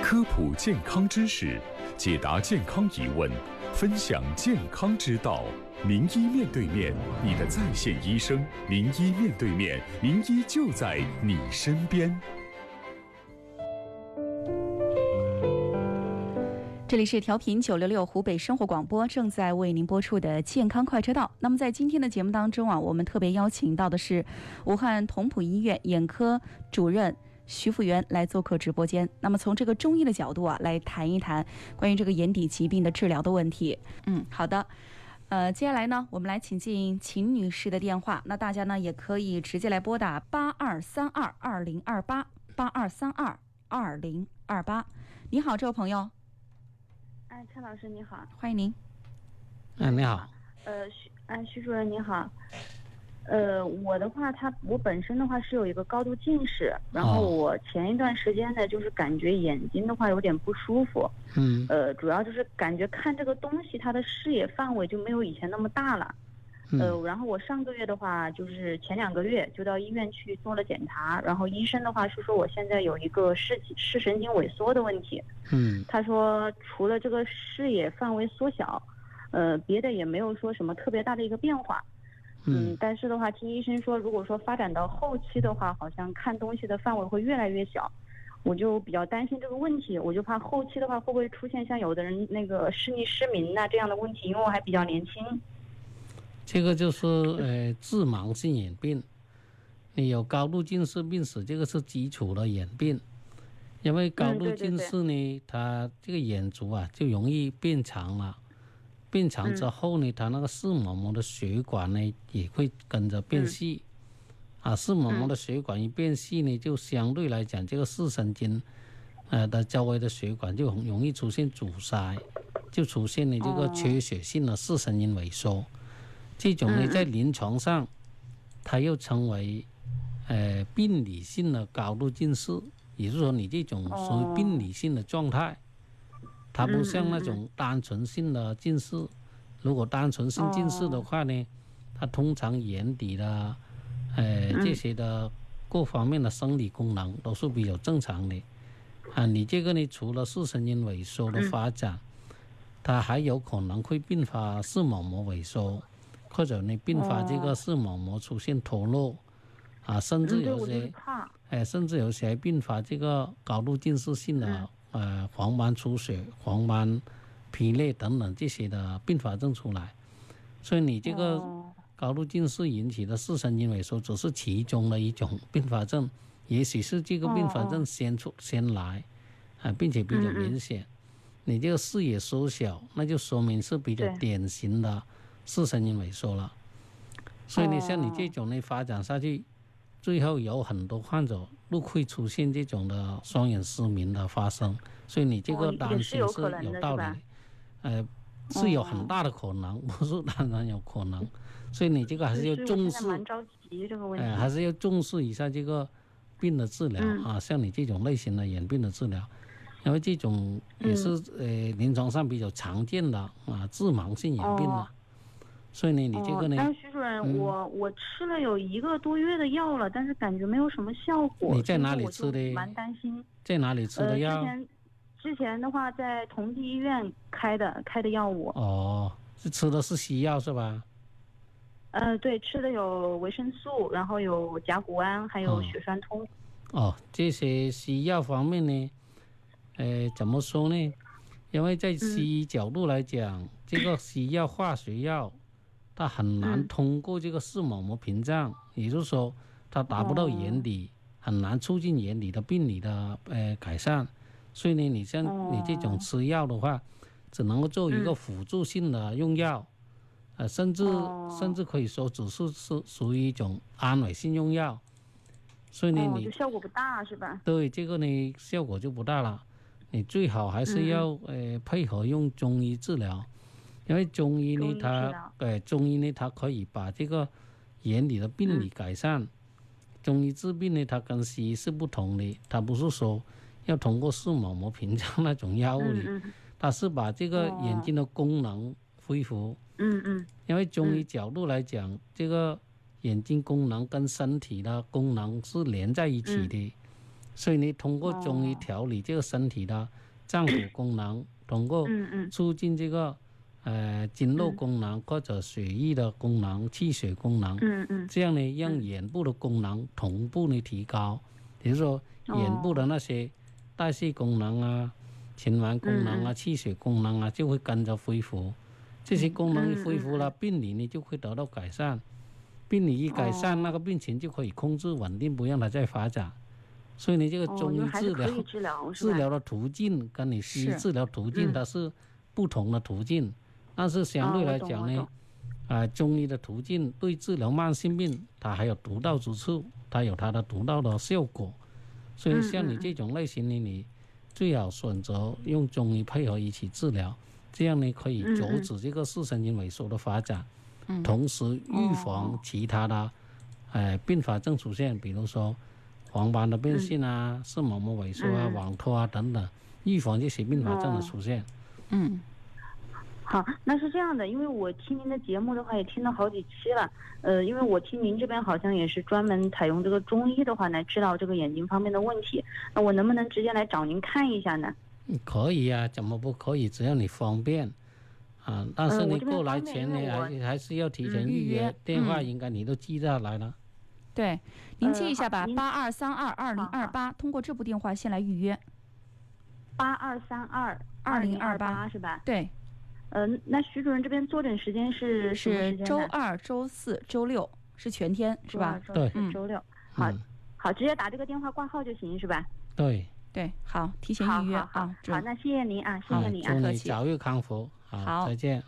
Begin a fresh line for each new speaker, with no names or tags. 科普健康知识，解答健康疑问，分享健康之道。名医面对面，你的在线医生。名医面对面，名医就在你身边。
这里是调频九六六湖北生活广播正在为您播出的健康快车道。那么在今天的节目当中啊，我们特别邀请到的是武汉同普医院眼科主任。徐福元来做客直播间。那么从这个中医的角度啊，来谈一谈关于这个眼底疾病的治疗的问题。嗯，好的。呃，接下来呢，我们来请进秦女士的电话。那大家呢也可以直接来拨打八二三二二零二八八二三二二零二八。你好，这位朋友，
哎，蔡老师你好，
欢迎您。
嗯，你好，
呃，徐，哎，徐主任你好，呃，我的话，他我本身的话是有一个高度近视，然后
哦
我前一段时间呢，就是感觉眼睛的话有点不舒服，
嗯
呃，主要就是感觉看这个东西，它的视野范围就没有以前那么大了。
嗯
呃，然后我上个月的话，就是前两个月就到医院去做了检查，然后医生的话是说我现在有一个视视神经萎缩的问题，
嗯
他说除了这个视野范围缩小，呃，别的也没有说什么特别大的一个变化。
嗯，
但是的话，听医生说，如果说发展到后期的话，好像看东西的范围会越来越小，我就比较担心这个问题，我就怕后期的话会不会出现像有的人那个视力失明啊呐、这样的问题，因为我还比较年轻。
这个就是呃致盲性眼病，你有高度近视病史，这个是基础的眼病。因为高度
嗯对对
近视呢，它这个眼轴啊就容易变长了，变长之后呢，它那个视网膜的血管呢也会跟着
嗯
变细，啊，视网膜的血管一变细呢，就相对来讲这个视神经，呃的周围的血管就很容易出现阻塞，就出现了这个
哦
缺血性的视神经萎缩，这种呢在临床上，它又称为呃病理性的高度近视，也就是说你这种属于病理性的状态，它不像那种单纯性的近视。如果单纯性近视的话呢，它通常眼底的呃这些的各方面的生理功能都是比较正常的。啊，你这个呢，除了视神经萎缩
嗯
的发展，它还有可能会并发视网膜萎缩，或者呢并
哦
发这个视网膜出现脱落，啊，甚至
嗯，对，
有
我就是
些，
怕。
哎，甚至有些还并发这个高度近视
嗯
性的呃黄斑出血、黄斑疲累等等这些的并发症出来。所以你这个
哦
高度近视引起的视神经萎缩只是其中的一种并发症，也许是这个并发
哦
症先出先来，啊，并且比较明
嗯
显。你这个视野缩小，那就说明是比较
对
典型的视神经萎缩了。所以
哦
你像你这种呢发展下去，最后有很多患者都会出现这种的双眼失明的发生，所以你这个
哦
担
也是
心
有
是
可能的
有道
是
理
吧
的，呃，是有很大的可能，不是当然有可能，所以你这个还是要
所以我
重
现
视
在，蛮着急这个问题。
呃，还是要重视一下这个病的治疗、
嗯
啊，像你这种类型的眼病的治疗，因为这种也是、
嗯
呃临床上比较常见的啊致盲性眼病
哦
啊，所以呢，你这个
哦
呢，嗯
但是徐主任，我我吃了有一个多月的药了，但是感觉没有什么效果。
你在哪里
所以我就
吃的
蛮担心。
在哪里吃
呃，
的
之
药？
前之前的话在同济医院开的开的药物，
哦，是吃的是西药是吧？
呃，对，吃的有维生素，然后有甲钴胺，还有血栓通。
哦，这些西药方面呢，呃，怎么说呢？因为
嗯
在西医角度来讲，这个西药化学药，它很
嗯
难通过这个视网膜屏障，也就是说，它达不到眼
哦
底，很难促进眼底的病理的呃改善。所以呢，你像
哦
你这种吃药的话，只能够做
嗯
一个辅助性的用药，呃，甚至
哦
甚至可以说只是是属于一种安慰性用药。所以呢，
哦，
你
就效果不大是吧？
对这个呢效果就不大了。你最好还是要、
嗯
呃配合用中医治疗，因为中医
中
呢
医治
它
疗
对中医呢它可以把这个眼底的病理改
嗯
善。中医治病呢，它跟西医是不同的，它不是说要通过视网膜屏障那种药物的，
嗯嗯
它是把这个
哦
眼睛的功能恢复。
嗯嗯，
因为中医角度来讲，
嗯
这个眼睛功能跟身体的功能是连在一起的，所以你通过中医
哦
调理这个身体的脏腑功能，通过
嗯嗯
促进这个呃经络
嗯
功能或者血液的功能、气血功能，
嗯嗯，
这样呢让眼部的功能同步的提高，
嗯
比如说眼部的那些代谢功能啊、循环功能
嗯
啊、气血功能啊就会跟着恢复，这些功能一恢复
嗯
了，病理呢就会得到改善，病理一改
哦
善，那个病情就可以控制稳定，不让它再发展。所以呢，这个
哦
中
就
医
还
治
是
疗
可以治疗是
治
吧？
疗的途径跟你西医
是
治疗途径
嗯
它是不同的途径，但是相对
哦我
来
懂
讲
我
呢
懂，
啊、中医的途径对治疗慢性病，它还有独到之处，它有它的独到的效果。所以
嗯
像你这种类型的，你最好选择用中医配合一起治疗，这样呢可以
嗯
阻
嗯
止这个视神经萎缩的发展，
嗯
同时预防
哦
其他的，呃，并发症出现，比如说黄斑的变性啊、视网膜萎缩啊、
嗯嗯嗯哦
网脱啊等等，预防这些并发症的出现。
嗯
好，那是这样的，因为我听您的节目的话也听了好几期了，呃，因为我听您这边好像也是专门采用这个中医的话来治疗这个眼睛方面的问题，那我能不能直接来找您看一下呢？
嗯可以啊，怎么不可以？只要你方便啊。但是
嗯我
你
这边
过来
方便
前
因为
呢，
我
还还是要提前
嗯
预
预约
约，
电话
嗯
应该你都记下来了。
对，您
呃
记一下
好
吧，
您
八二三二二零二八，通过这部电话先来预约。
八二三二
2028
八是吧？
对，
呃，那徐主任这边坐诊时间是什么
是
时间
周
呢
二、周四、周六是全天，是吧？？
周二
对
周四周六。好
嗯，
好，直接打这个电话挂号就行是吧？
对，
对，好，提前
好
预约
好好
啊，祝
好，那谢谢您啊，谢
好
谢您啊
嗯祝。
客
你
气
早日康复。
好
再见。